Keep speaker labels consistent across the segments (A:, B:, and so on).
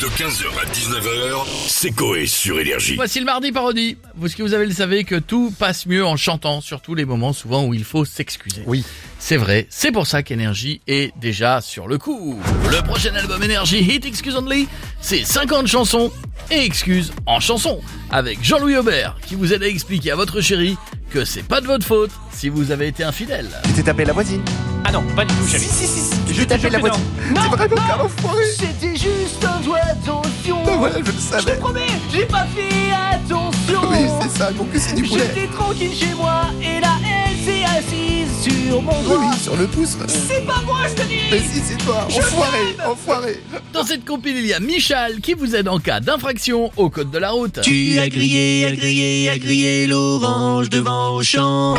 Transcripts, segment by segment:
A: De 15h à 19h, c'est Coé sur Énergie.
B: Voici le mardi parodie. Parce que vous avez le savez que tout passe mieux en chantant, surtout les moments souvent où il faut s'excuser.
C: Oui.
B: C'est vrai, c'est pour ça qu'Énergie est déjà sur le coup. Le prochain album Énergie Hit Excuse Only, c'est 50 chansons et excuses en chansons. Avec Jean-Louis Aubert qui vous aide à expliquer à votre chérie que c'est pas de votre faute si vous avez été infidèle.
C: Tu t'es tapé la voisine
D: Ah non, pas du tout, chérie.
C: si, si,
D: Je
C: Je
D: te jure
C: tapé la
D: que
C: voisine C'est vraiment un enfoiré
E: C'était juste un doigt d'attention.
C: Ah, Voilà, je le
E: Je te
C: savais
E: promets, j'ai pas fait attention.
C: Oui, c'est ça, mon cul c'est du poulet
E: J'étais tranquille chez moi et la haine s'est assise sur mon
C: Oui,
E: doigt.
C: oui, sur le pouce
E: C'est pas moi, je te
C: Mais
E: dis.
C: si, c'est toi Enfoiré Enfoiré
B: Dans cette compil, il y a Michal qui vous aide en cas d'infraction au code de la route.
F: Tu as grillé, as grillé, as grillé l'orange devant au champ.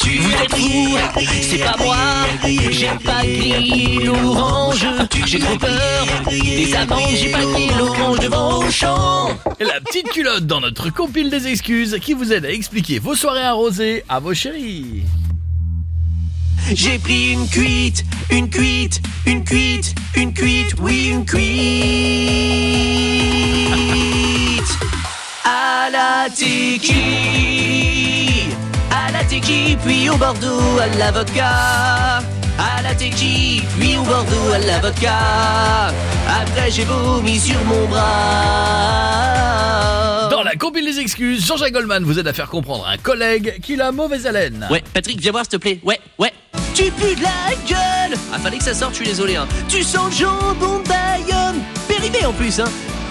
F: Tu as grillé, c'est pas moi.
E: J'ai pas grillé l'orange. J'ai trop peur des amendes. J'ai pas grillé l'orange devant au champ.
B: Et la petite culotte dans notre compile des excuses qui vous aide à expliquer vos soirées arrosées à vos chéris.
F: J'ai pris une cuite, une cuite, une cuite, une cuite, oui, une cuite. À la tiki, à la tiki, puis au Bordeaux, à l'avocat. À la tiki, puis au Bordeaux, à l'avocat. Après, j'ai vomi sur mon bras.
B: Dans la compile des excuses, Jean-Jacques Goldman vous aide à faire comprendre à un collègue qu'il a mauvaise haleine.
F: Ouais, Patrick, viens voir, s'il te plaît. Ouais, ouais. Tu pues de la gueule Ah, fallait que ça sorte, je suis désolé. Hein. Tu sens le jambon de Bayonne, périmé en plus, hein.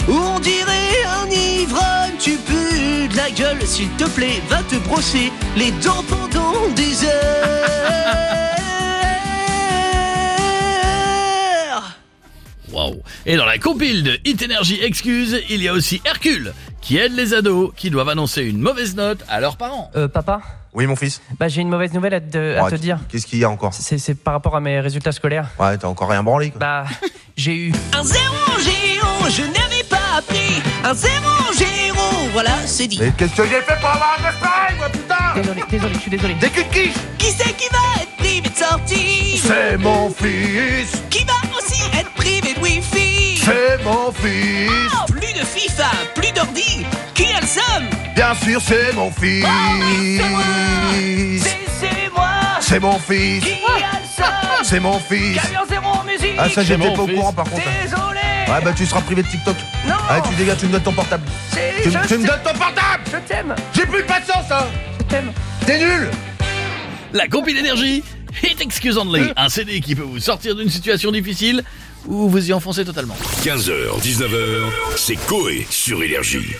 F: On dirait un ivrogne, tu pues de la gueule, s'il te plaît, va te brosser les dents pendant des heures.
B: Waouh. Et dans la compile de Hit Energy Excuses, il y a aussi Hercule qui aide les ados qui doivent annoncer une mauvaise note à leurs parents.
G: Euh, papa,
C: Oui, mon fils
G: bah, j'ai une mauvaise nouvelle à te, à
C: Oh,
G: te
C: qu-
G: dire.
C: Qu'est-ce qu'il y a encore
G: C'est c'est par rapport à mes résultats scolaires.
C: Ouais, t'as encore rien branlé, quoi
G: Bah, j'ai eu.
F: Un zéro géant, je n'avais pas appris. Un zéro géant, voilà, c'est dit.
C: Mais qu'est-ce que j'ai fait pour avoir un strike, moi, putain
G: Désolé, désolé, je suis désolé.
C: Des culs
F: Qui c'est qui va être privé de sortie
C: C'est mon fils
F: qui va aussi être privé de Wi-Fi. Oh,
C: C'est mon fils
F: Plus de FIFA, plus d'ordi. Qui a le somme
C: Bien sûr, c'est mon fils
E: Oh C'est c'est moi
C: C'est mon fils
E: qui a le seul.
C: C'est mon fils
E: Camion zéro en musique.
C: Ah, ça, j'étais pas au courant, par contre
E: Désolé.
C: Ouais, bah, tu seras privé de TikTok
E: Non.
C: Ouais, tu dégages, tu me donnes ton portable
E: C'est-
C: Tu,
E: je
C: tu me
E: sais-
C: donnes ton portable
E: Je t'aime.
C: J'ai plus de patience, hein
E: t'aime.
C: T'es nul
B: La compile énergie Hit Excuse Only, un CD qui peut vous sortir d'une situation difficile ou vous y enfoncer totalement.
A: 15h, 19h, c'est Coé sur Énergie.